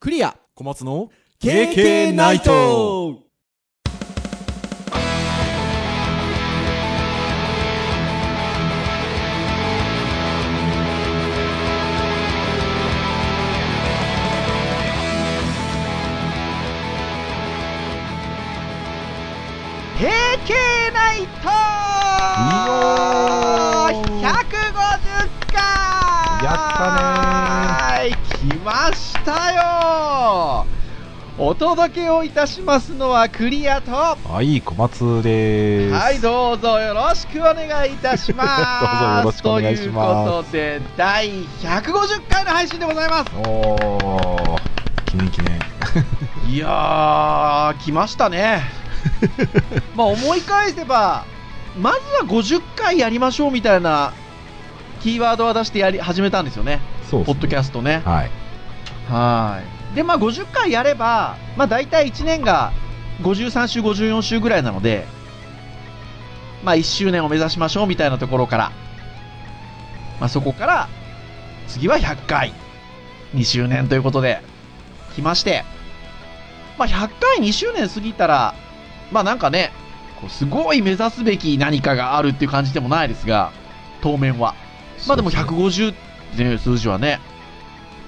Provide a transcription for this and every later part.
クリア小松の KK ナイト平景ナイいトやー !150 回やったねー来ましたよお届けをいたしますのはクリアとははい、小松でーす。い、どうぞよろしくお願いいたします どうぞよろしくお願いしますということで、第150回の配信でございますおー、記念記念。いやー、来ました ね。まあ思い返せば、まずは50回やりましょうみたいなキーワードは出してやり始めたんですよね、そうですねポッドキャストね。はい。はーいで、まあ50回やれば、まあ大体1年が53週、54週ぐらいなので、まあ1周年を目指しましょうみたいなところから、まあそこから、次は100回、2周年ということで、来まして、まあ、100回2周年過ぎたら、まあなんかね、こうすごい目指すべき何かがあるっていう感じでもないですが、当面は。まあでもそうですね。 150っていう数字はね、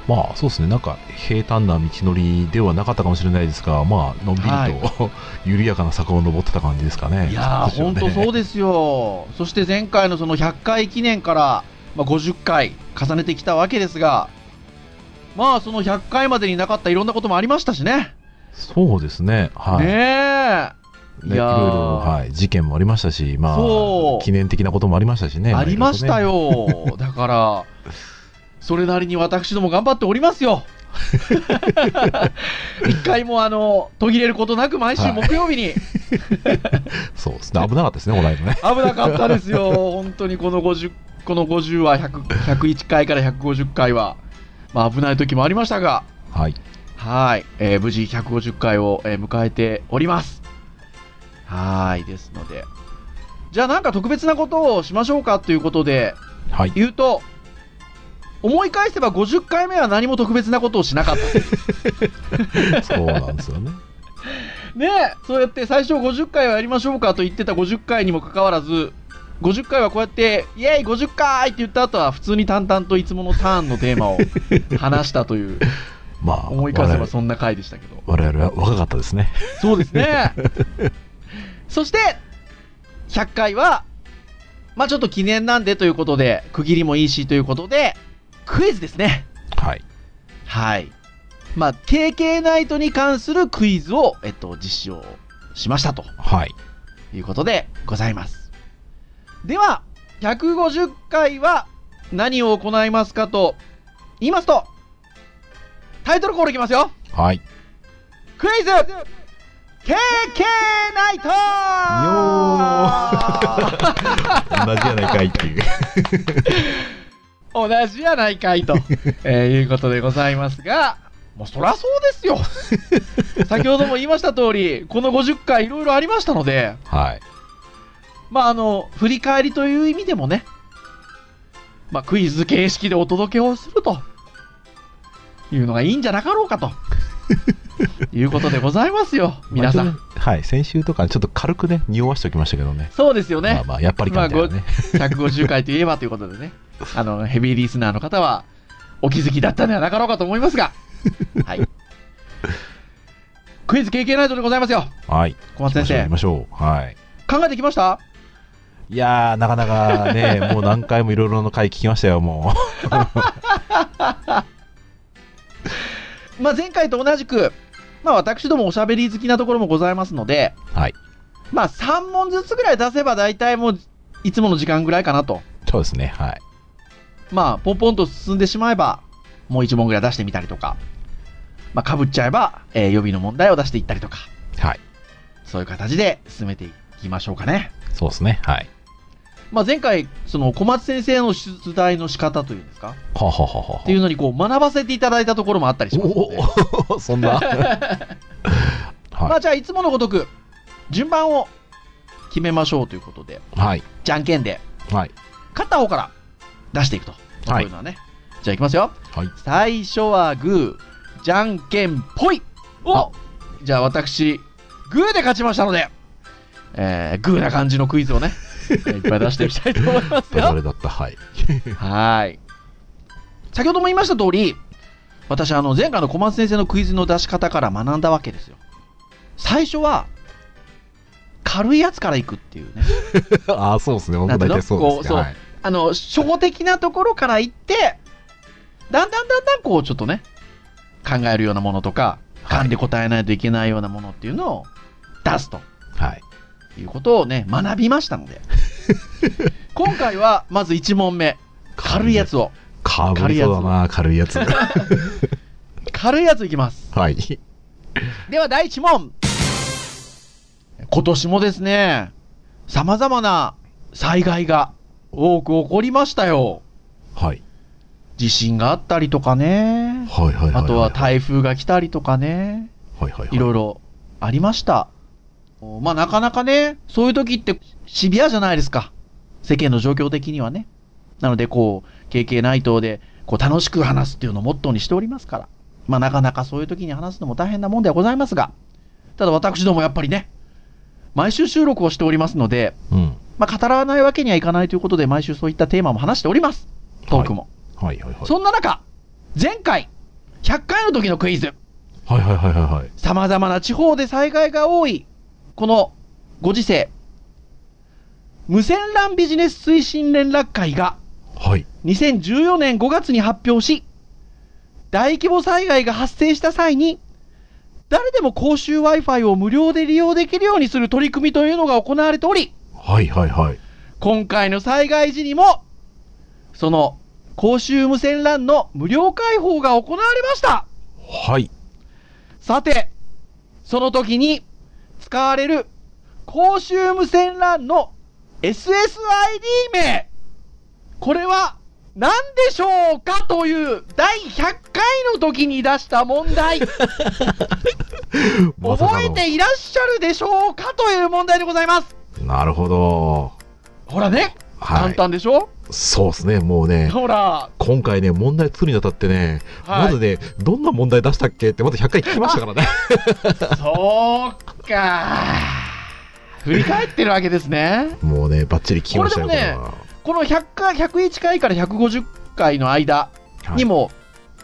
まあ、そうですね。なんか、平坦な道のりではなかったかもしれないですが、まあ、のんびりと、は 緩やかな坂を登ってた感じですかね。いやー、本当そうでですよ。そして前回のその100回記念から、まあ、50回重ねてきたわけですが、まあその100回までになかったいろんなこともありましたしね。す。そうですね。はい。ねえ。ねいろいやーいろ、はい、事件もありましたし、まそうあ、記念的なこともありましたしね。ありましたいろいろとね。よ、だから、それなりに私ども頑張っておりま すよ。一回もあの途切れることなく毎週はい木曜日にそうですね。危なかったですね、この間ね。危なかったですよ、本当にこの50この50は100 101回から150回は、まあ、危ない時もありましたが、はい。はい、えー無事150回を、えー迎えております。はいですので、じゃあなんか特別なことをしましょうかということで、はい。言うと思い返せば50回目は何も特別なことをしなかったそうなんですよ ね。ねえそうやって最初50回はやりましょうかと言ってた50回にもかかわらず50回はこうやって「イエーイ50回!」って言った後は普通に淡々といつものターンのテーマを話したというまあ、思い返せばそんな回でしたけど我々は若かったですね。そうですねそして100回はまあちょっと記念なんでということで区切りもいいしということでクイズですねはい。はい。まあ、KK ナイトに関するクイズを、えっと、実施をしましたとはい。いうことでございます。では、150回は何を行いますかと言いますと、タイトルコールいきますよはい。クイズ !KK ナイトー同じやないかいっていう。同じやないかいと、えーいうことでございますが、もうそらそうですよ。先ほども言いました通り、この50回いろいろありましたので、はい。まああの、振り返りという意味でもね、まあクイズ形式でお届けをすると、いうのがいいんじゃなかろ うかと、いうことでございますよ、皆さまあん。。ちょっとはい。先週とかちょっと軽くね、匂わしておきましたけどね。そうですよね。まあまあ、やっぱりかみたいなね。 150回といえばということでね、あの、ヘビーリスナーの方は、お気づきだったんではなかろうかと思 いますが、はい。クイズ KK ナイトでございますよ。はい。小松先行生き、ましょう。行きましょうはい。考えてきましたいやー、なかなかね、もう何回もいろいろの回聞きましたよ、もまあ、前回と同じく、まあ、私どもおしゃべり好きなところもございますので、う。 はい。まあ、3問ずつぐらい出せば大体もう、いつもの時間ぐらいかなと。そうですね。はい。まあ、ポンポンと進んでしまえば、もう1問ぐらい出してみたりとか、まあ、かぶっちゃえば、えー予備の問題を出していったりとか、はい。そういう形で進めていきましょうかね。そうですね。はい。まあ、前回、その小松先生の出題の仕方というんですか、はははははっていうのにこう学ばせていただいたところもあったりしますので、おおそん な。まはあ、じゃあいつものごとく、順番を決めましょうということで、い。はい。じゃんけんで、はい。勝った方から出していくと、まあはいこういうのはね。じゃあいきますよ。はい。最初はグー、じゃんけんぽいあおじゃあ私、グーで勝ちましたので、えー、グーな感じのクイズをね、えーいっぱい出していきたいと思います我よ。々だった、はい。はい。先ほども言いました通り、私、あの、前回の小松先生のクイズの出し方から学んだわけですよ。最初は、軽いやつからいくっていうね。 ああ、そうですね。本当大体そうですね。なんはい、あの、初歩的なところから行って、だんだんだんだんこう、ちょっとね、考えるようなものとか、はい噛んで答えないといけないようなものっていうのを出すとはい。いうことをね、学びまし たので。今回は、まず1問目。軽いやつを。かぶりそうだな、軽い やつ。軽いやついきます。はい。では第1問。今年もですね、様々な災害が多く起こりましたよ。はい。地震があったりとかね。はいはいはいい。あとははい台風が来たりとかね。はいはい。いろいろありました。まあなかなかね、そういう時ってシビアじゃないですか。世間の状況的にはね。なのでこう、KK ナイトでこう楽しく話すっていうのをモットーにしておりますから。まあなかなかそういう時に話すのも大変なもんではございますが。ただ私どもやっぱりね、毎週収録をしておりますので、うん。まあ語らないわけにはいかないということで毎週そういったテーマも話しております。トークも。はいはいはい。そんな中、前回、100回の時のクイズ。はいはいはいはいはい。様々な地方で災害が多い、このご時世、無線 LAN ビジネス推進連絡会がはい。 2014年5月に発表し、大規模災害が発生した際に、誰でも公衆 Wi-Fi を無料で利用できるようにする取り組みというのが行われており、はいはいはい。今回の災害時にも、その公衆無線 LAN の無料開放が行われましたはい。さて、その時に使われる公衆無線 LAN の SSID 名、これは何でしょうかという第100回の時に出した 問題、まさか覚のえていらっしゃるでしょうかという問題でございます。なるほど。ほらね、は簡い。単でしょそうですね、もうね。ほら、今回ね、問題作るにあたってね、はいまずね、どんな問題出したっけって、まず100回聞きましたからね。そうか。振り返ってるわけですね。 もうね、ばっちり聞きましたよ、これでもねこの100回、101回から150回の間これははいにも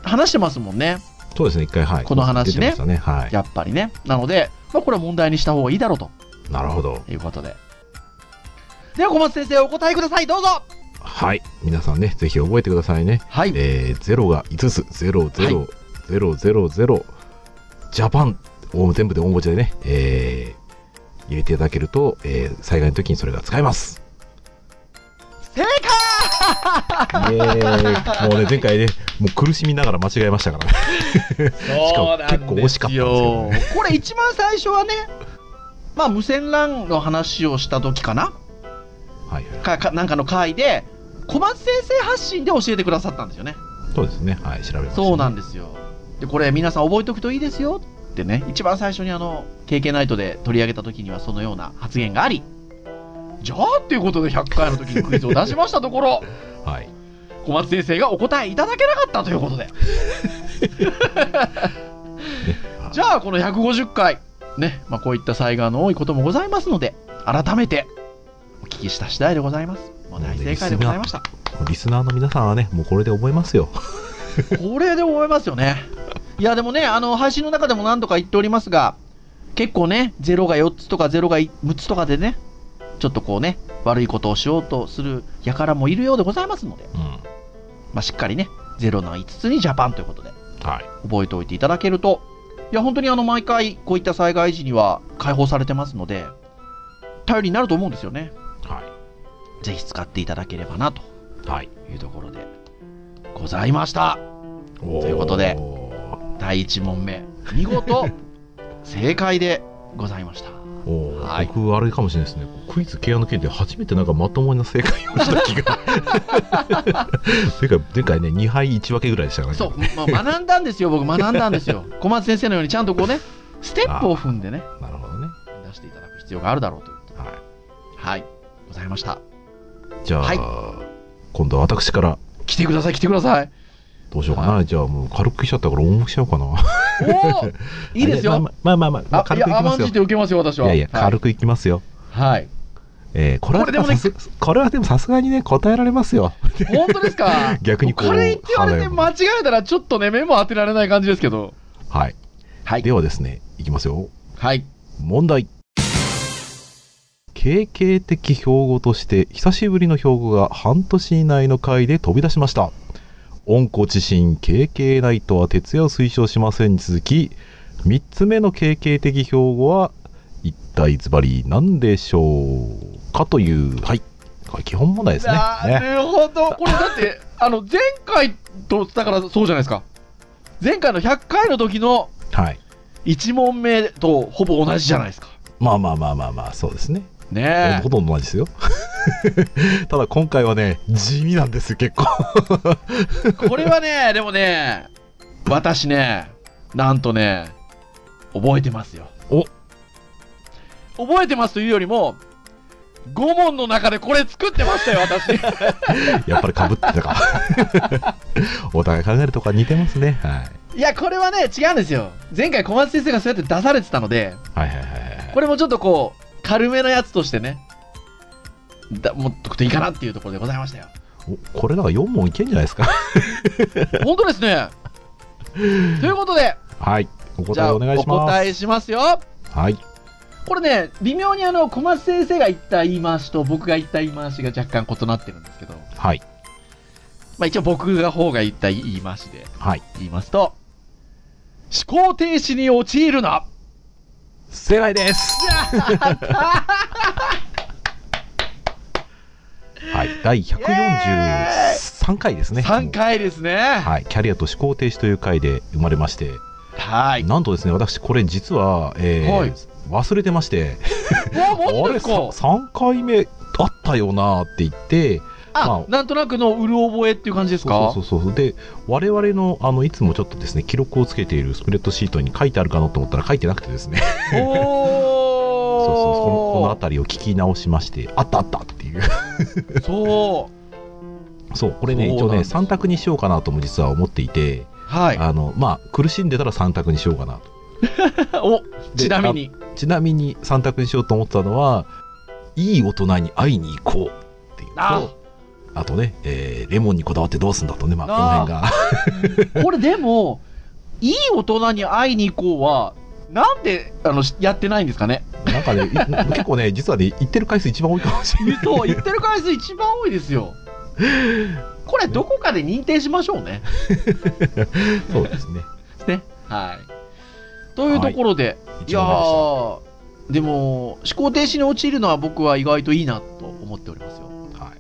話してますもんね。そうですね、一回、はい。この話ね出てましたね、はい。やっぱりね。なので、まあ、これは問題にした方がいいだろうとなるほど。いうことで。では、小松先生、お答えください。どうぞはい。皆さんね、ぜひ覚えてくださいね。はい。えー、0が5つ、0、は0、0、0、0、ジャパン、お全部で大文字でね、えー、入れていただけると、えー、災害の時にそれが使えます。正解イエーイもうね、前回ね、もう苦しみながら間違えましたからね。そうなんですよ結構惜しかったんですけどねこれ一番最初 はね、まあ、無線 LAN の話をした時かなはい。かか、なんかの回で、小松先生発信で教えてくださったんですよね。そうですね。はい、調べました、そうなんんですよ。で、これ皆さん覚えておくといいですよってね、一番最初にあの、KK ナイトで取り上げた時にはそのような発言があり、じゃあっていうことで100回の時にクイズを出しましたところ、 はい。小松先生がお答えいただけなかったということで、じゃあこの150回、ね、まあこういった災害の多いこともございますので、改めてお聞きした次第でございます。もう大正解でございました。あ、リスナーの皆さんはね、もうこれで覚えますよ。これで思いますよね。いや、でもね、あの、配信の中でも何度か言っておりますが、結構ね、0が4つとか0が6つとかでね、ちょっとこうね、悪いことをしようとする輩もいるようでございますので、うん。まあ、しっかりね、0の5つにジャパンということで、はい。覚えておいていただけると、いや、本当にあの、毎回、こういった災害時には解放されてますので、頼りになると思うんですよね。はぜひ使っていただければな、とい。はい。いうところで、ございました。ということで。第1問目見事正解でございましたおーはい僕、あれかもしれないですね。クイズ系の件で初めてなんかまともな正解をした気が。 前回、前回ね、2敗1分けぐらいでしたからね。そう、まあ、学んだんですよ僕学んだんです よ小松先生のようにちゃんとこうねステップを踏んでねなるほどね。出していただく必要があるだろうというはい。はいございましたじゃあ、はい今度は私から来てください来てくださいどうしようかな、じゃあもう軽く来ちゃったから重くしちゃおうかな。おー いいですあれよ。まあまあまあまあ、まああ、い軽くいや、きま甘すんよ。じて受けますよ、私いは。やいや、軽くいきますよ。はい。えーこれはこれでもねさすこれはでもさすがにね、答えられますよ。はい本当です か逆にこう軽いって言われて腹間違えたら、ちょっとね、目も当てられない感じですけど。はい。はいではですね、いきますよ。はい。問題。経験的標語として、久しぶりの標語が半年以内の回で飛び出しました。温故知新、経験ナイトは徹夜を推奨しませんに続き、3つ目の経験的標語は、一体ズバリ何でしょうかという、はい。これ基本問題ですね。なねるほど。これだって、 あの、前回と、だからそうじゃないですか。前回の100回の時のはい。 1問目とほぼ同じじゃないですか。まあまあまあまあまあ、そうですね。ね ほとんど同じですよ。 ただ今回はね、地味なんですよ、結構。え。これはね、でもね、私ね、なんとね、覚えてますよ。お覚えてますというよりも、5問の中でこれ作ってましたよ、私。やっぱりかぶってたか。 お互い考えるとか似てますね。はい。 いや、これはね、違うんですよ。前回小松先生がそうやって出されてたので、はいはいはいはい。これもちょっとこう、軽めのやつとしてね、だ持っとくといいかなっていうところでございまし たよ。おこれだから4問いけんじゃないですか。本当ですね。ということで、はい。おじ答ゃえあおお願いします。答えしますよ。はい。これね、微妙にあの、小松先生が言った言い回しと僕が言った言い回しが若干異なってるんですけど、まはい。あ一応僕が方が言った言い回しではい。言いますと、思考停止に陥るな正解 です。はい。第143回ですね。 !3 回ですね。はい。キャリアと思考停止という回で生まれまして、はい。なんとですね、私これ実は、えーはい忘れてまして、もうあマジれですか3回目あったよなって言ってあま、あなんとなくのうる覚えっていう感じですかそうそうそうそうで我々のあのいつもちょっとですね記録をつけているスプレッドシートに書いてあるかなと思ったら書いてなくてですねそうそうそうこのこのおー辺りを聞き直しましてあったあったっていうそそうこれね一そう応なんねです3択にしようかなとも実は思っていて、うはいあのまあ苦しんでたら3択にしようかなと おでちなみにちなみに3択にしようと思ってたのはいい大人に会いに行こうっていうあとあとね、えーレモンにこだわってどうすんだとねまあこのあー辺がこれでもいい大人に会いに行こうはなんであのしやってないんですかねなんかね、い 結構ね、実はね、行ってる回数一番多いかもしれない。そう言ってる回数一番多いです よこれどこかで認定しましょうねそうですね。ねはいというところで、い、一や番多ーでも思考停止に陥るのは僕は意外といいなと思っておりますよいでした。はい。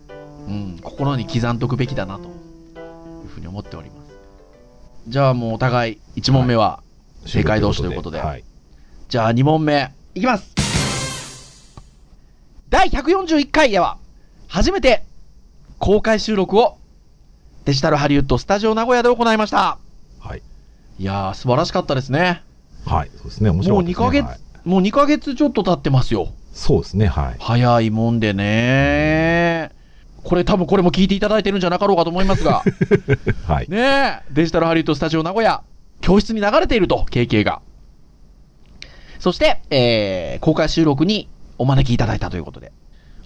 うん、心に刻んどくべきだなというふうに思っております。じゃあもうお互い1問目は、正解同士ということではい。じゃあ2問目いきます第141回では初めて公開収録をデジタルハリウッドスタジオ名古屋で行いました。はい。いやー素晴らしかったですね。はい。そうですね。面白い、もう二ヶ月はいもう2ヶ月ちょっと経ってますよ。そうですね。はい。 早いもんでねこれ多分これも聞いていただいてるんじゃなかろうかと思いますが。はい。ねえ、デジタルハリウッドスタジオ名古屋、教室に流れていると、KK が。そして、えー、公開収録にお招きいただいたということで。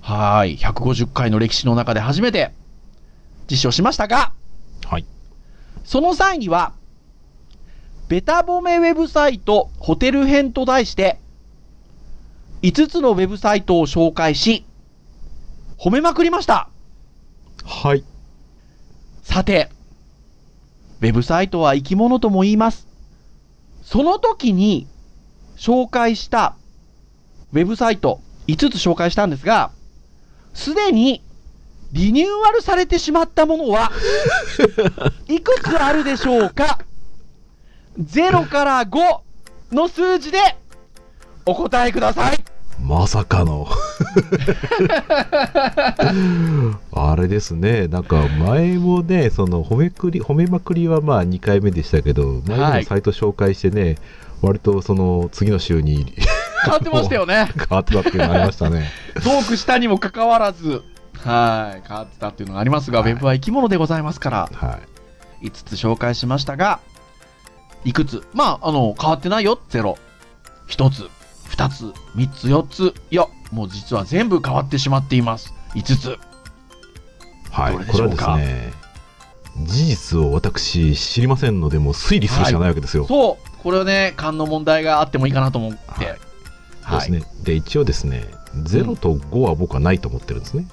はーい、150回の歴史の中で初めて実証しましたが、はい。その際には、ベタ褒めウェブサイトホテル編と題して、5つのウェブサイトを紹介し、褒めまくりました。はい。さて、ウェブサイトは生き物とも言います。その時に紹介したウェブサイト5つ紹介したんですが、すでにリニューアルされてしまったもの はいくつあるでしょうか ?0 から5の数字でお答えください。まさかの。 あれですね。なんか前もね、その褒めくり、褒めまくりはまあ2回目でしたけど、前にはもいサイト紹介してね、割とその次の週に 変わってましたよ ね。変わってたっていうのがありましたね。トークしたにもかかわらず、はい、変わってたっていうのがありますが、はいウェブは生き物でございますから、はい。 5つ紹介しましたが、いくつまあ、あの、変わってないよ、0。1つ、2つ、3つ、4つ。いや、もう実は全部変わってしまっています。5つ。はい、どれでこしれょはうでかすね、事実を私知りませんので、もう推理するしかないわけですよ。そう、これはね、勘の問題があってもいいかなと思って。はいはいですね。で、一応ですね、0と5は僕はないと思ってるんですね。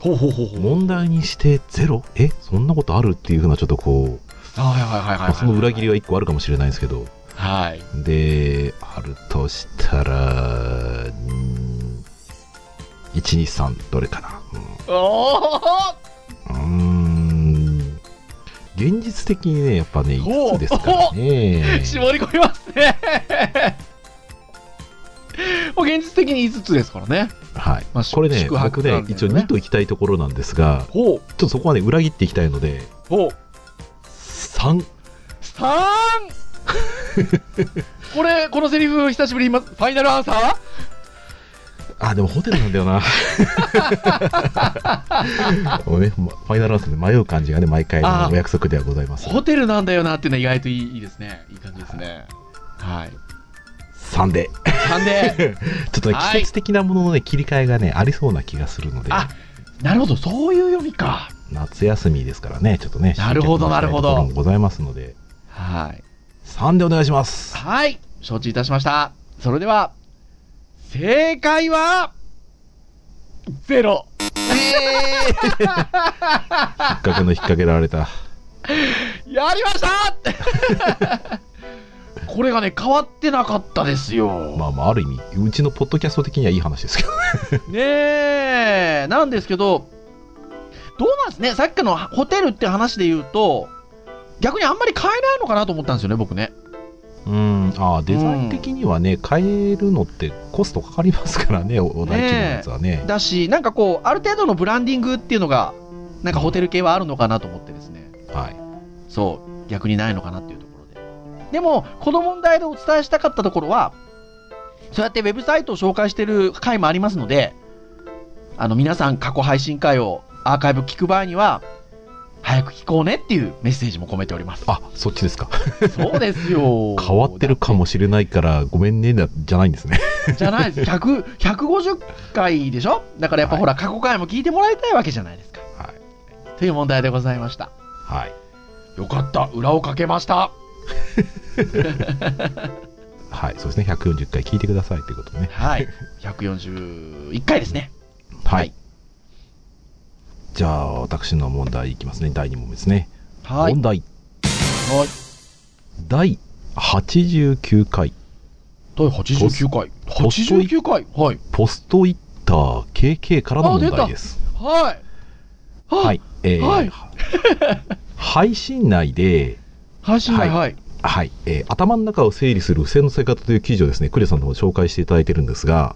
ほうほうほうほう。問題にして0えそんなことあるっていうふうなちょっとこう、はいはいはいはい、まあその裏切りは1個あるかもしれないんですけど、はい。で、あるとしたら、うーん123どれかな。うんおおうーん現実的にね、やっぱね、お5つですから ね。絞り込みますね。 もう現実的に5つですからね。はい。まあこれね、宿泊僕ねなん、だよ一ね応2と行きたいところなんですが、ほちょっう、とそこはね、裏切っていきたいので、ほう、 3。 3! これ、このセリフ、久しぶりに言います、ファイナルアンサーあ、でもホテルなんだよ な。もうね、まファイナルアンサーで迷う感じがね、毎回あのーお約束ではございます。ホテルなんだよなっていうのは意外といいいいですね。いい感じですね。はい。 3で。 3で、ちょっとね、はい季節的なもののね、切り替えがね、ありそうな気がするので、あなるほど、そういう読みか。夏休みですからね、ちょっとね、なるほどなるほど集客のところもございますので、はい。 3でお願いします。 はい、承知いたしました。それでは、正解は、ゼロ。引っ掛けの引っ掛けられた。やりました これがね、変わってなかったですよ。まあまあ、ある意味、うちのポッドキャスト的にはいい話ですけど。ねえ、なんですけど、どうなんですね、さっきのホテルって話で言うと、逆にあんまり買えないのかなと思ったんですよね、僕ね。うん、あーデザイン的にはね、変えるのってコストかかりますからね、おお大規模のやつはね。だし、なんかこう、ある程度のブランディングっていうのが、なんかホテル系はあるのかなと思ってですね、はい。そう、逆にないのかなっていうところで。でも、この問題でお伝えしたかったところは、そうやってウェブサイトを紹介してる回もありますので、あの皆さん過去配信回をアーカイブ聞く場合には、早く聞こうねっていうメッセージも込めております。あ、そっちですか。。そうですよ変わってるかもしれないから、ごめんね、なじゃないんですね。じゃないです。100 150回でしょだからやっぱはいほら、過去回も聞いてもらいたいわけじゃないですか。はい。という問題でございました。はい。よかった。裏をかけました。はい、そうですね、140回聞いてくださいということでね。はい。141回ですね。はい。はいじゃあ、私の問題いきますね、第2問ですね。はい。問題、はい。第89回、第89回。ポストイ89回。はい。ポストイッター KK からの問題です。はい。。はいい。えーはい配信内で、配信会、はいはい。はい、えー頭の中を整理する付箋の使い方という記事をですね、クレさんの方紹介していただいてるんですが、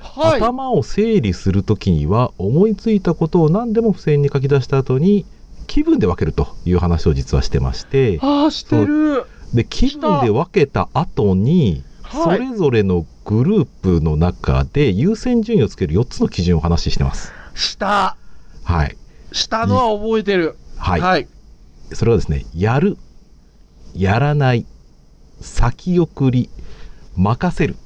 はい。頭を整理するときには、思いついたことを何でも付箋に書き出した後に、気分で分けるという話を実はしてまして、ああ、してる。で、気分で分けた後に、そはい。れぞれのグループの中で優先順位をつける4つの基準をお話ししてます。下。はい。下のは覚えてる。はい。はい。それはですね、やる、やらない、先送り、任せる。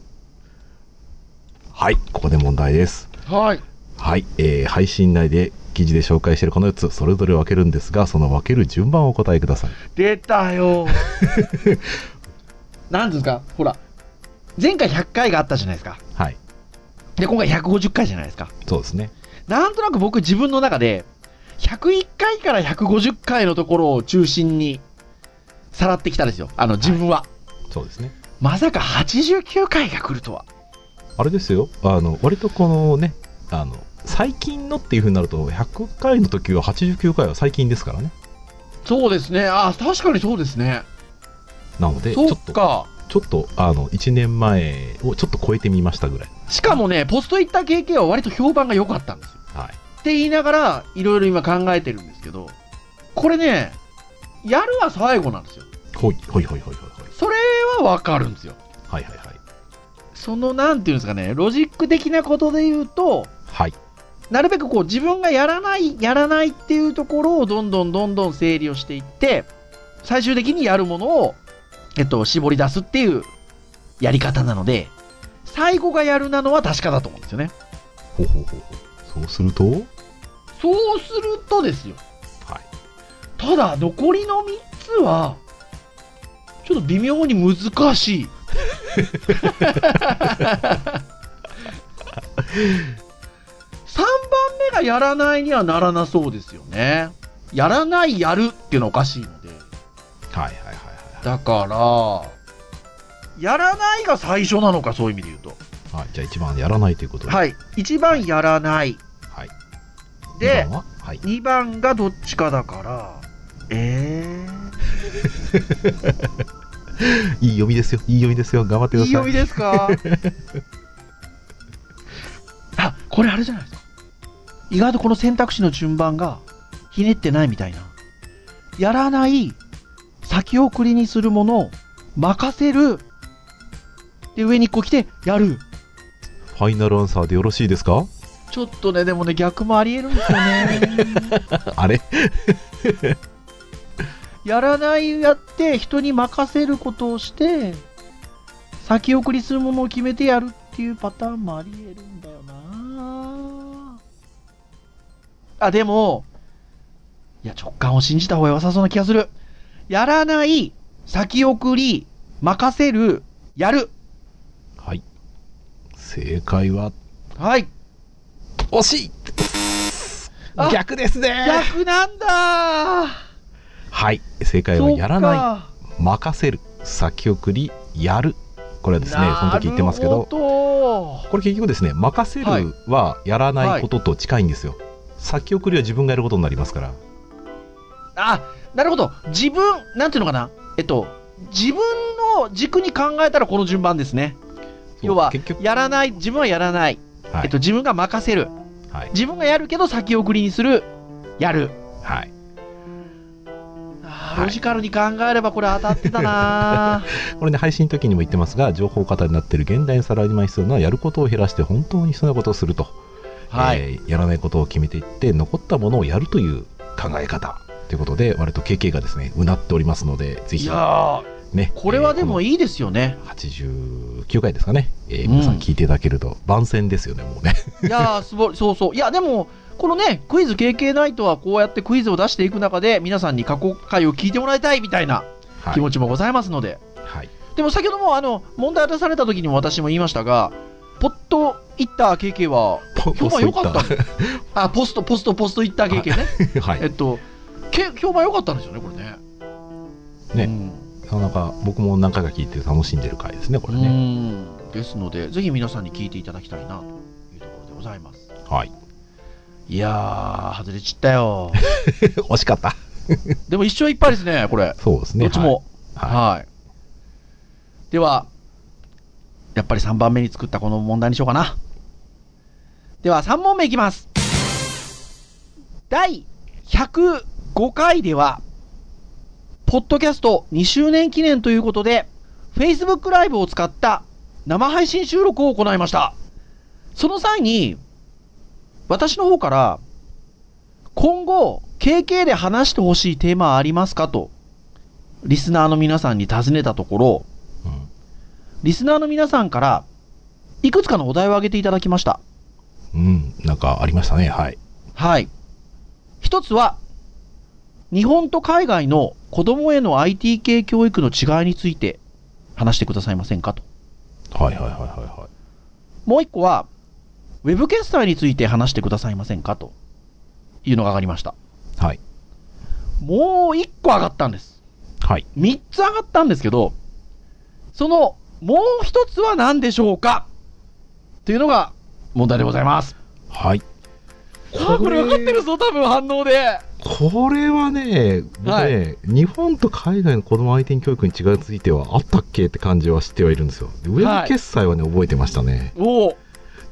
はい、ここで問題です。はい。はい、えー配信内で記事で紹介しているこの4つ、それぞれ分けるんですが、その分ける順番をお答えください。出たよ なんですかほら前回100回があったじゃないですかはい、で今回150回じゃないですかそうですね。なんとなく僕自分の中で101回から150回のところを中心にさらってきたんですよあの自分は、そうですね。まさか89回が来るとはあれですよ、あの、割とこのね、あの、最近のっていうふうになると、100回の時は89回は最近ですからね。そうですねあ確かにそうですねなので、ちょっそと、っかちょっと、あの、1年前をちょっと超えてみましたぐらい。しかもねポスト行った KK は割と評判が良かったんですよはい。って言いながらいろいろ今考えてるんですけどこれねやるは最後なんですよほいほいほいほいほいほいそれはわかるんですよはいはいはいそのなんていうんですかねロジック的なことで言うとはいなるべくこう自分がやらないやらないっていうところをどんどんどんどん整理をしていって最終的にやるものを、えっと、絞り出すっていうやり方なので、最後がやるなのは確かだと思うんですよね。ほうほうほうほうそうするとはいそうするとですよ。ただ、残りの3つは、ちょっと微妙に難しい。3番目がやらないにはならなそうですよね。やらない、やるっていうのはおかしいので。はいはいはいはだから、やらないが最初なのか、そういう意味で言うと。い、はい、じゃあ一番やらないということではい。1番やらない。はい二、で番ははい2番がどっちかだから、えいい読みですよいい読みですよ頑張ってー、くいだいさい読みですか あ、これあれじゃないですか。意外とこの選択肢の順番がひねってないみたいな。やらない、先送りにするもの、任せる、で、上にこう来て、やる。ファイナルアンサーでよろしいですかちょっとね、でもね、逆もありえるんですよね。あれやらないやって人に任せることをして先送りするものを決めてやるっていうパターンもありえるんだよなあでもいや直感を信じた方が良さそうな気がするやらない先送り任せるやるはい正解ははい惜しいあ逆ですね逆なんだはい正解はやらない任せる先送りやるこれはですねその時言ってますけどどこれ結局ですね任せるはやらないことと近いんですよ、先送りは自分がやることになりますからあなるほど自分なんていうのかなえっと自分の軸に考えたらこの順番ですねそう要は結局やらない自分はやらない、はい、えっと、自分が任せるはい自分がやるけど先送りにするやるはい、あーはいロジカルに考えればこれ当たってたな これね配信の時にも言ってますが情報型になっている現代にさらに必要なのはやることを減らして本当に必要なことをすると、はい、えーやらないことを決めていって残ったものをやるという考え方ということで割と KK がですねうなっておりますのでぜいひやーねこれはでもいいいいですよね、 89回ですかね、えー皆さうんん聞いていただけると、番宣ですよねもうねいやーすごいそうそういやでもこのねクイズ KK ナイトはこうやってクイズを出していく中で皆さんに過去回を聞いてもらいたいみたいなはい 気持ちもございますので、はいでも先ほどもあの問題出された時にも私も言いましたが、ポットイッター KK はポ評ポスト判い良っかったんです あ、ポスト、ポスト、ポストイッター KK ね。た はいえっと、け評判良かったんですよね、これね。ねうんなかなか僕も何回か聞いて楽しんでる回ですね、これうね。んですので、ぜひ皆さんに聞いていただきたいなというところでございます。はい。 いやー、外れちったよ。惜しかった。でも一生いっぱいですね、これ。そうですどね。っちも。はい。ははい。では、やっぱり3番目に作ったこの問題にしようかな。では、3問目いきます。第105回では、ポッドキャスト2周年記念ということで、Facebook ライブを使った生配信収録を行いました。その際に、私の方から、今後、KK で話してほしいテーマはありますかとリスナーの皆さんに尋ねたところ、いリスナーの皆さんから、いくつかのお題を挙げていただきました。うん。うん。なんかありましたね。はい。はい。一つは、日本と海外の子供への IT 系教育の違いについて話してくださいませんかと。はいはいはいはいはい。もう一個は、ウェブ決済について話してくださいませんかというのが上がりました。はい。もう一個上がったんです。はい。三つ上がったんですけど、その、もう一つは何でしょうかというのが問題でございます。はい。ああ、これ分かってるぞ、多分反応で。これはね、僕ね、はい日本と海外の子供相手に教育に違いについてはあったっけって感じは知ってはいるんですよ。でウェブ決済はね、覚えてましたね。おお、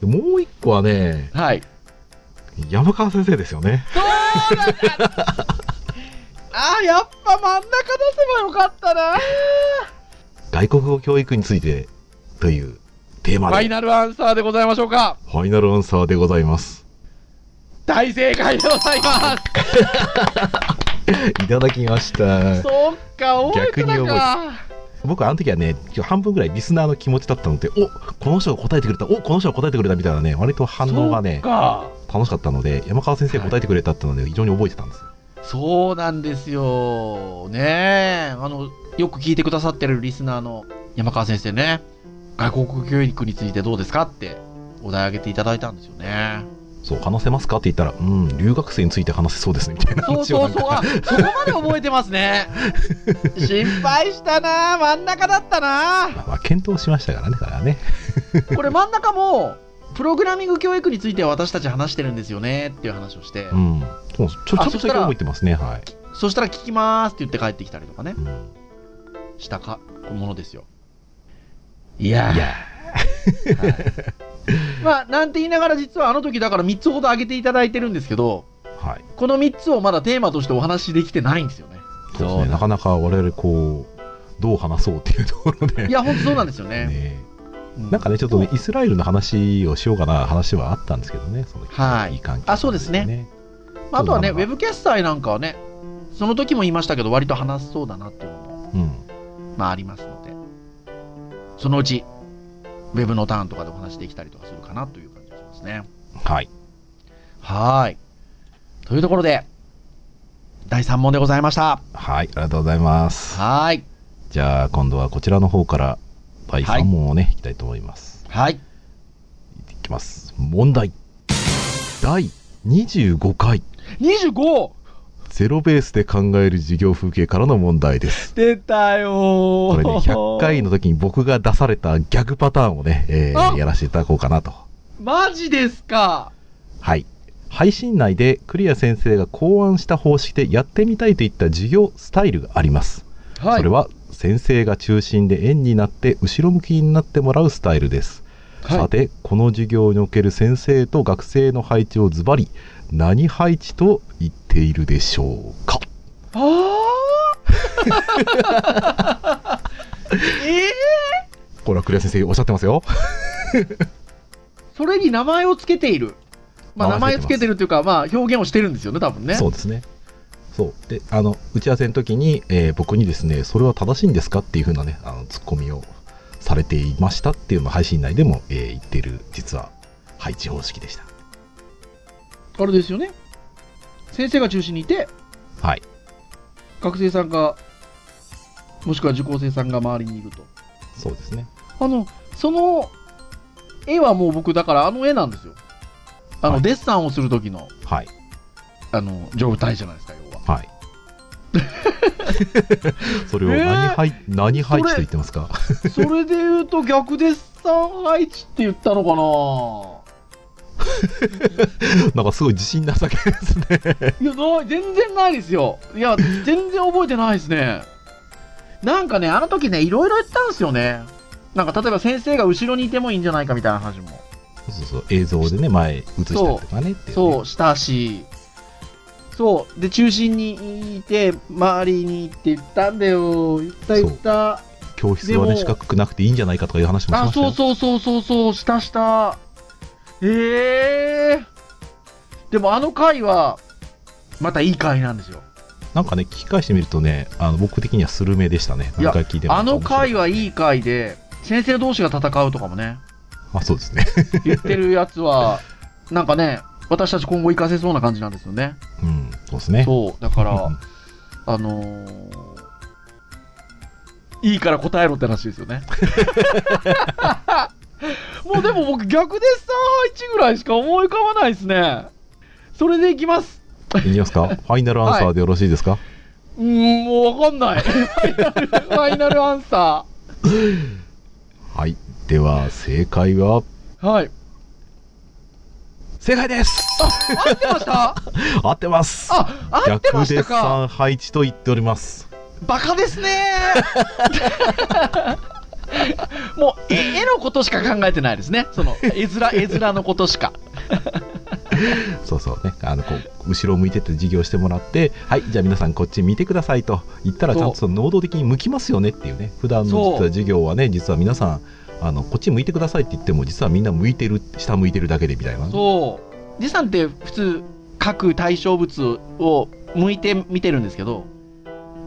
でもう一個はね、はい。山川先生ですよね。そうだった ああ、やっぱ真ん中出せばよかったな。外国語教育についてというテーフマァイで、ナルアンサーでございましょうか。ファイナルアンサーでございます。大正解でございます。いただきましたそっか、覚えてた逆にか覚。 僕あの時はね半分ぐらいリスナーの気持ちだったのでおこの人が答えてくれたおこの人が答えてくれたみたいなね割と反応がそねっか。楽しかったので山川先生答えてくれたってので非常に覚えてたんですよそうなんですよ。ねえ。あの、よく聞いてくださってるリスナーの山川先生ね、外国教育についてどうですかってお題あげていただいたんですよね。そう話せますかって言ったらうん留学生について話せそうですねみたいな そう話をそなうんそかう。あ、そこまで覚えてます ね。心配したな真ん中だったなまあまあ検討しましたからねだからねこれ真ん中も、プログラミング教育については私たち話してるんですよねっていう話をしてう、んそうちょちょっあとそしだたけら覚えてますねはい、そしたら聞きますって言って帰ってきたりとかね、うん、したか、ものですよ。いやーいやまあ、なんて言いながら実はあの時だから3つほど挙げていただいてるんですけど、はいこの3つをまだテーマとしてお話しできてないんですよね。そうですねなかなか我々こうどう話そうっていうところでいや、ほんとそうなんですよね。ねうなんかね、ちょっとねで、もイスラエルの話をしようかな話はあったんですけどね、そのはいいい関係、あそうですね。まああとはね、ウそうだなェブキャスターなんかはね、その時も言いましたけど、割と話しそうだなっていうのも、うん。まあありますので、そのうち、ウェブのターンとかでお話できたりとかするかなという感じがしますね。はい。はーい。というところで、第3問でございました。はい、ありがとうございます。はーい。じゃあ、今度はこちらの方から、第はい3問をね、いきたいと思います。はい。いきます。問題。第25回、 25! ゼロベースで考える授業風景からの問題です。出たよここれね、100回の時に僕が出されたギャグパターンをね、えーあやらせていただこうかなと。マジですかはい。配信内でクリア先生が考案した方式でやってみたいといった授業スタイルがあります。はそれは先生が中心で円になって後ろ向きになってもらうスタイルです。さて、この授業における先生と学生の配置をズバリ何配置と言っているでしょうかあー ええこれはクリア先生おっしゃってますよ。それに名前をつけている。まあ、名名前前つけてますつけてるというか、まあ、表現をしてるんですよね、多分 ね。そうですね。そうであの打ち合わせの時に、えー僕にですねそれは正しいんですかっていう風なねあのツッコミをされていましたっていうのを配信内でも、えー言ってる実は配置方式でした。あれですよね。先生が中心にいて、はい。学生さんが、もしくは受講生さんが周りにいると。そうですね。あの、その絵はもう僕、だからあの絵なんですよ。あの、はいデッサンをする時の、はいあの、状態じゃないですか、要は。はい。 それを何配、何配置と言ってますか。それで言うと逆デッサン配置って言ったのかな なんかすごい自信なさげですね。いやない全然ないですよいや全然覚えてないですねなんかねあの時ねいろいろ言ったんですよねなんか例えば先生が後ろにいてもいいんじゃないかみたいな話もそうそうそう映像でね前映したりとかねっていうね、そうしたしそうで中心にいて周りにって言ったんだよ言った言った教室はでねも四角くなくていいんじゃないかとかいう話もしあましたよ。そうそうそうそうそうしたしたええでもあの回はまたいい回なんですよなんかね、聞き返してみるとね、あの僕的にはスルメでしたね。いや何回聞いても。あの回は。はいい回で先生同士が戦うとかもねあ、そうですね。 言ってるやつはなんかね私たち今後活かせそうな感じなんですよねうん、そうですね。そう だからうあのーいいから答えろって話ですよ ねもうでも僕逆で3配置ぐらいしか思い浮かばないですねそれでいきますんいきますか。ファイナルアンサーでよろしいですか。うーん、もうわかんない。 ファイナル、ファイナルアンサはい、では、正解は。ー。はい。正解です。合ってました合ってます。あ、合ってまし逆たデッサかン配置と言っております。バカですね もう、絵絵のことしか考えてないですね。その、絵面、絵面のことしか。そうそうね、あのこう後ろを向いてって授業してもらって、はい、じゃあ皆さんこっち見てくださいと言ったら、そうちゃんとその能動的に向きますよねっていうね、普段の実はそう授業はね、実は皆さん、あのこっち向いてくださいって言っても、実はみんな向いてる、下向いてるだけでみたいなね。そう。じさんって普通、各対象物を向いて見てるんですけど、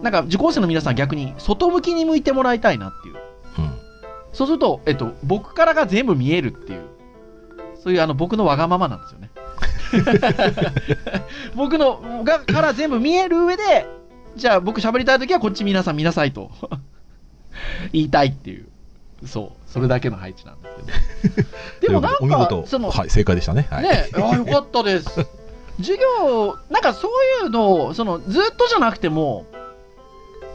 なんか受講生の皆さん逆に外向きに向いてもらいたいなっていう。うんそうすると、えっと、僕からが全部見えるっていう、そういうあの僕のわがままなんですよね。 僕のがから全部見える上で、じゃあ僕喋りたいときはこっち皆さん見なさいと 言いたいっていう、そう、それだけの配置なんですけど。 でもなといんうこかと、でその、はい、正解でしたね。はい、 ね、ああ、よかったです。授業、なんかそういうのを、その、ずっとじゃなくても、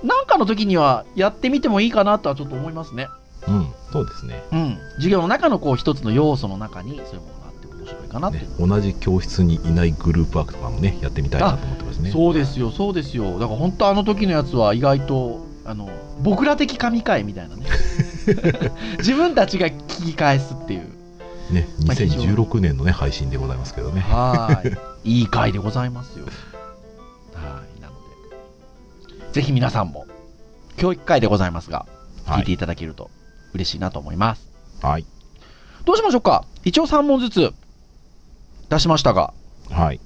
なんかの時にはやってみてもいいかなとはちょっと思いますね。うん、そうですねうん、授業の中のこう一つの要素の中にそういうものがあって面白いかなっていねう、。同じ教室にいないグループワークとかもね、やってみたいなと思ってますね。そうですよ、そうですよ。だから本当あの時のやつは意外と、あの、僕ら的神回みたいなね。 自分たちが聞き返すっていう。ね、まあ非常に2016年のね、配信でございますけどね。はい。いい回でございますよ。はい。なので、ぜひ皆さんも、教育会でございますが、は聞いてい。いただけると嬉しいなと思います。はい。どうしましょうか一応3問ずつ出しましたが、はい。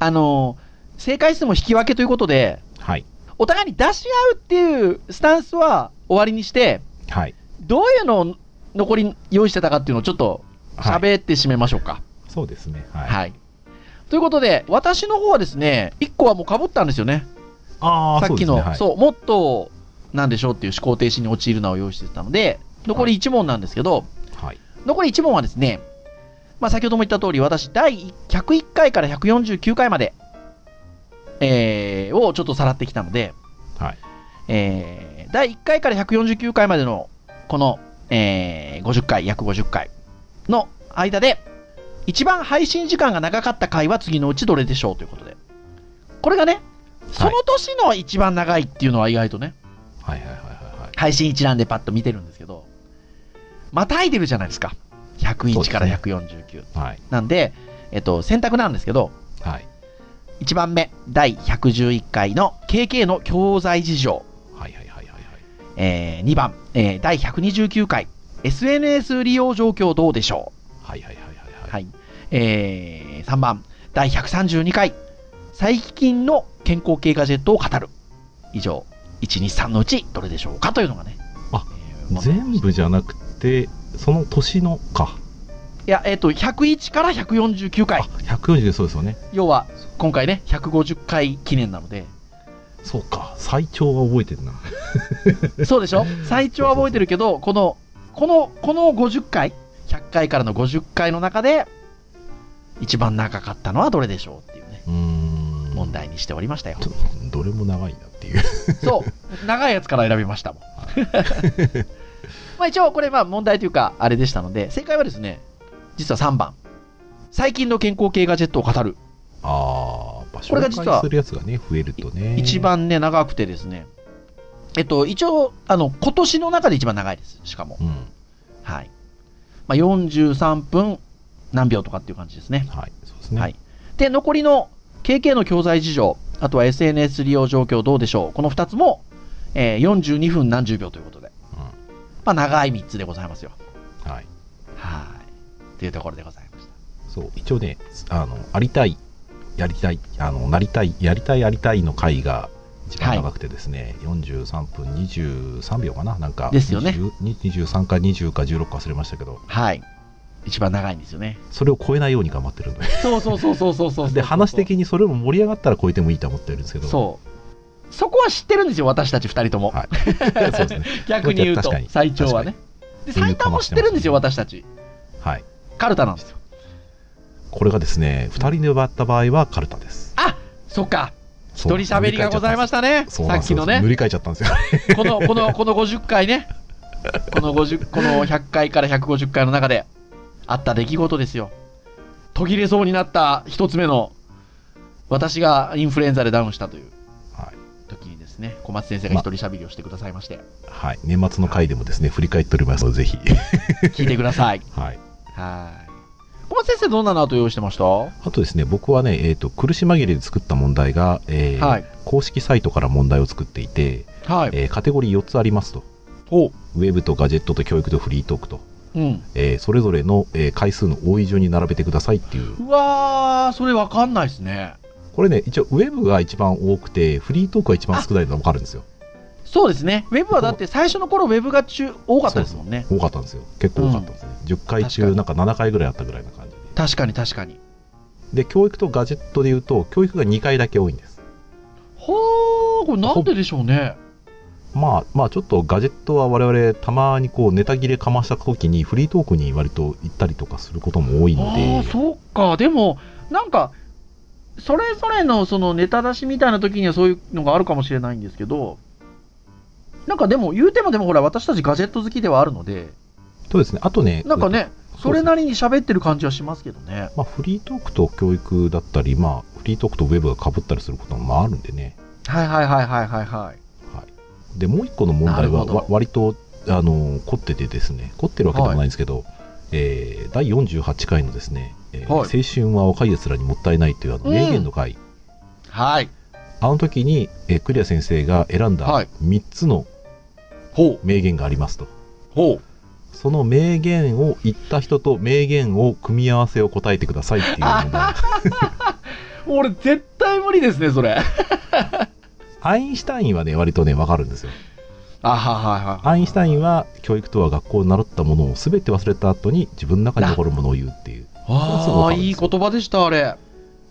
あのー正解数も引き分けということで、はい。お互いに出し合うっていうスタンスは終わりにして、はい。どういうのを残り用意してたかっていうのをちょっとはい喋って締めましょうか。そうですね。は。はいい。ということで、私の方はですね、1個はもう被ったんですよね。ああ、さっきの、そう,、そうもっと、なんでしょうっていう思考停止に陥るのを用意してたので、残り1問なんですけど、ですね。はい。はい残り1問はですね、まあ、先ほども言った通り、私、第101回から149回まで、えーをちょっとさらってきたので、はい。えー第1回から149回までの、この、えー50回、約50回の間で、一番配信時間が長かった回は次のうちどれでしょうということで。これがね、その年の一番長いっていうのは意外とね、はいはいはいはいはい。配信一覧でパッと見てるんですけど、またいでるじゃないですか。101から149。はい。なんで、えっと、選択なんですけど、はい。 1番目、第111回の KK の教材事情。はいはいはいはいはい。えー2番、えー第129回 SNS 利用状況どうでしょはいはいはいはう、いは。はいいえー3番第132回最近の健康系ガジェットを語る以上123のうちどれでしょうかというのがねあえー全部じゃなくて、その年のか。いや、えっと101から149あ、回140でそうですよね。要は今回ね150回記念なのでそうか。最長は覚えてるな。そうでしょ最長は覚えてるけどこのこのこの50回100回からの50回の中で一番長かったのはどれでしょうっていうねうーん。問題にしておりましたよ ちょ。どれも長いなっていう。 そう、長いやつから選びましたもん。まあ一応これまあ問題というかあれでしたので、正解はですね、実は3番。最近の健康系ガジェットを語る。ああ、場所これが実はするやつがね、増えるとね。一。番ね、長くてですね。えっと、一応、あの、今年の中で一番長いです。しかも。うん。はい。まあ43分何秒とかっていう感じですね。はい。そうですね。はい。で、残りの KK の教材事情、あとは SNS 利用状況どうでしょう。この2つも、えー42分何十秒ということで。うまあ、長い3つでございますよ。ん。はい。はい。というところでございましそう、一応ね、あの、ありたい、やりたい、あの、なりたい、やりたい、やりたいの回が一番長くてですね、43分23秒かな、なんか、ですよね20 23か20か16か忘れましたけど、た。はい。一番長いんですよね。それを超えないように頑張ってるんで。そうそうそうそうそうそうで、話的にそれも盛り上がったら超えてもいいと思ってるんですけど、そう。そこは知ってるんですよ、私たち二人とも。はい そうですね。逆に言うと確かに、最長はね。で、かに最短も知ってるんですよ、私たち。はい。カルタなんですよ。これがですね、2人で奪った場合はカルタです。あそっか。一そう人喋りがございましたね。そうさなんっですきよのね塗。り替えちゃったんですよ。この、この、この50回ね。この50、この100回から150回の中で、あった出来事ですよ。途切れそうになった一つ目の、私がインフルエンザでダウンしたというはい。時にですね、小松先生が一人喋りをしてくださいまして、はい。年末の回でもですね、振り返っておりますので、ぜひ。聞いてく ださい。はい。はい。小松先生どんなの後用意してましたはあとですね、僕はね、えっ、と、苦し紛れで作った問題が、えーはい公式サイトから問題を作っていて、い。えーカテゴリー4つありますと。おウェブとガジェットと教育とフリートークと、うん。えーそれぞれの、えー回数の多い順に並べてくださいっていう、うわー、それわかんないですね。これね、一応、ウェブが一番多くて、フリートークが一番少ないのが分かるんですよ。そうですね。ウェブはだって最初の頃ウェブが中多かったですもんね。多かったんですよ。結構多かったんですね。10回確か中、になんか7回ぐらいあったぐらいな感じで。確かに確かに。で、教育とガジェットで言うと、教育が2回だけ多いんです。ほー、これなんででしょうね。まあ、まあ、ちょっとガジェットは我々、たまにこう、ネタ切れかました時に、フリートークに割と行ったりとかすることも多いのああ、で、そっか。でも、なんか、それぞれのそのネタ出しみたいな時にはそういうのがあるかもしれないんですけど、なんかでも、言うてもでもほら、私たちガジェット好きではあるので、そうですね。あとね、なんかね、うそれなりに喋ってる感じはしますけどね。まあ、フリートークと教育だったり、まあ、フリートークとウェブがかぶったりすることもまああるんでね。はいはいはいはいはいはい。で、もう一個の問題なるはほどわ割と、あの、凝っててですね、凝ってるわけでもないんですけど、えー第48回のですね、えーはい青春は若い奴らにもったいないというあのうん名言の回、はい。あの時に、えークリア先生が選んだはい3つのほう、名言がありますと。ほう。その名言を言った人と名言を組み合わせを答えてくださいっていう問題。俺、絶対無理ですね、それ。アインシュタインはね、割とね、わかるんですよ。あははいはい。アインシュタインは教育とは学校を習ったものを全て忘れた後に自分の中に残るものを言うっていう。すぐわかああ、るんですよいい言葉でした、あれ。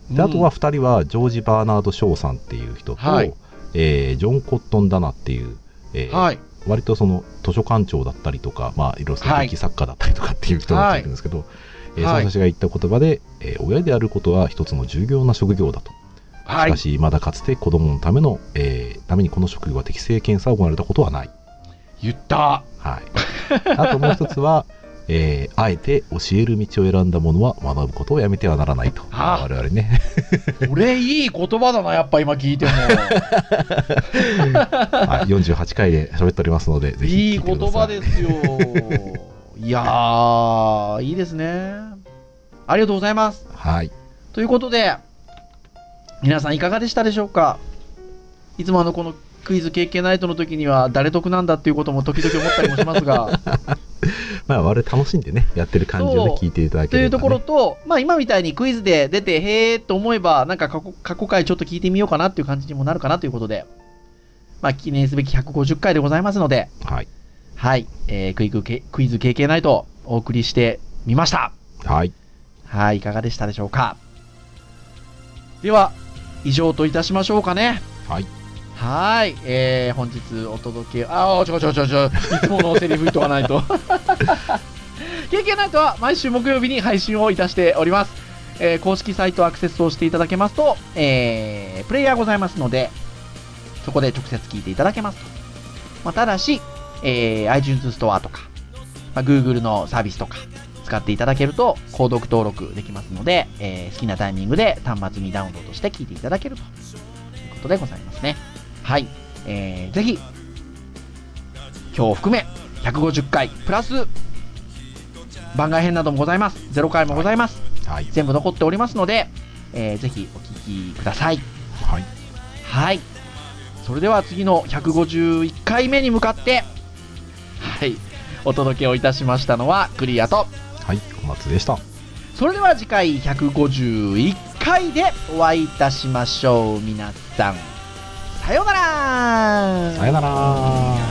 であとは2人はジョージ・バーナード・ショーさんっていう人と、はいえージョン・コットン・ダナっていう、えうーん、はい。割とその図書館長だったりとか、まあ、いろいろその劇作家だったりとかっていう人がいるんですけど、えーはそいの人が言った言葉で、えー親であることは一つの重要な職業だと。はしいか。し、まだかつて子供のための、えーためにこの職業は適正検査を行われたことはない。言った。はい、あともう一つは、 えーあえて教える道を選んだ者は学ぶことをやめてはならない と、あ我々ねこれ、いい言葉だな、やっぱ 今聞いても。はい48回で喋っておりますのでぜ いひ聞いいて言くだ葉さいですよ。いやー、いいですね。ありがとうございます。はい、ということで、皆さんいかがでしたでしょうかいつもあの、このクイズ経験ナイトの時には、誰得なんだっていうことも時々思ったりもしますが、まあ、我々楽しんでねやってる感じをねそう聞いていただけといれうば、とね、ころと、まあ今みたいにクイズで出て、へーと思えば、なんか過去過去回ちょっと聞いてみようかなっていう感じにもなるかなということで、まあ記念すべき150回でございますので、はい、はい、えークイズけクイズ経験ナイトお送りしてみました。はい、はい、いかがでしたでしょうか。では、以上といたしましょうかね。はい。はーい、えー、本日お届け、あー、ちょこちょこちょこちょこ、いつものセリフ言っとかない と。KK ナイトは毎週木曜日に配信をいたしております。えー公式サイトアクセスをしていただけますと、えープレイヤーございますので、そこで直接聞いていただけますと。まあ、ただし、えー iTunes ストアとか、まあ、Google のサービスとか、使っていただけると、購読登録できますので、えー好きなタイミングで端末にダウンロードして聞いていただけるということでございますね。はい。えー、ぜひ、今日含め、150回、プラス、番外編などもございます。0回もございます。はい全部残っておりますので、えーぜひお聞きください。はいはい。それでは次の151回目に向かって、はい。お届けをいたしましたのは、クリアと、はい、お待ちでしたそれでは次回151回でお会いいたしましょう皆さんさようならさよなら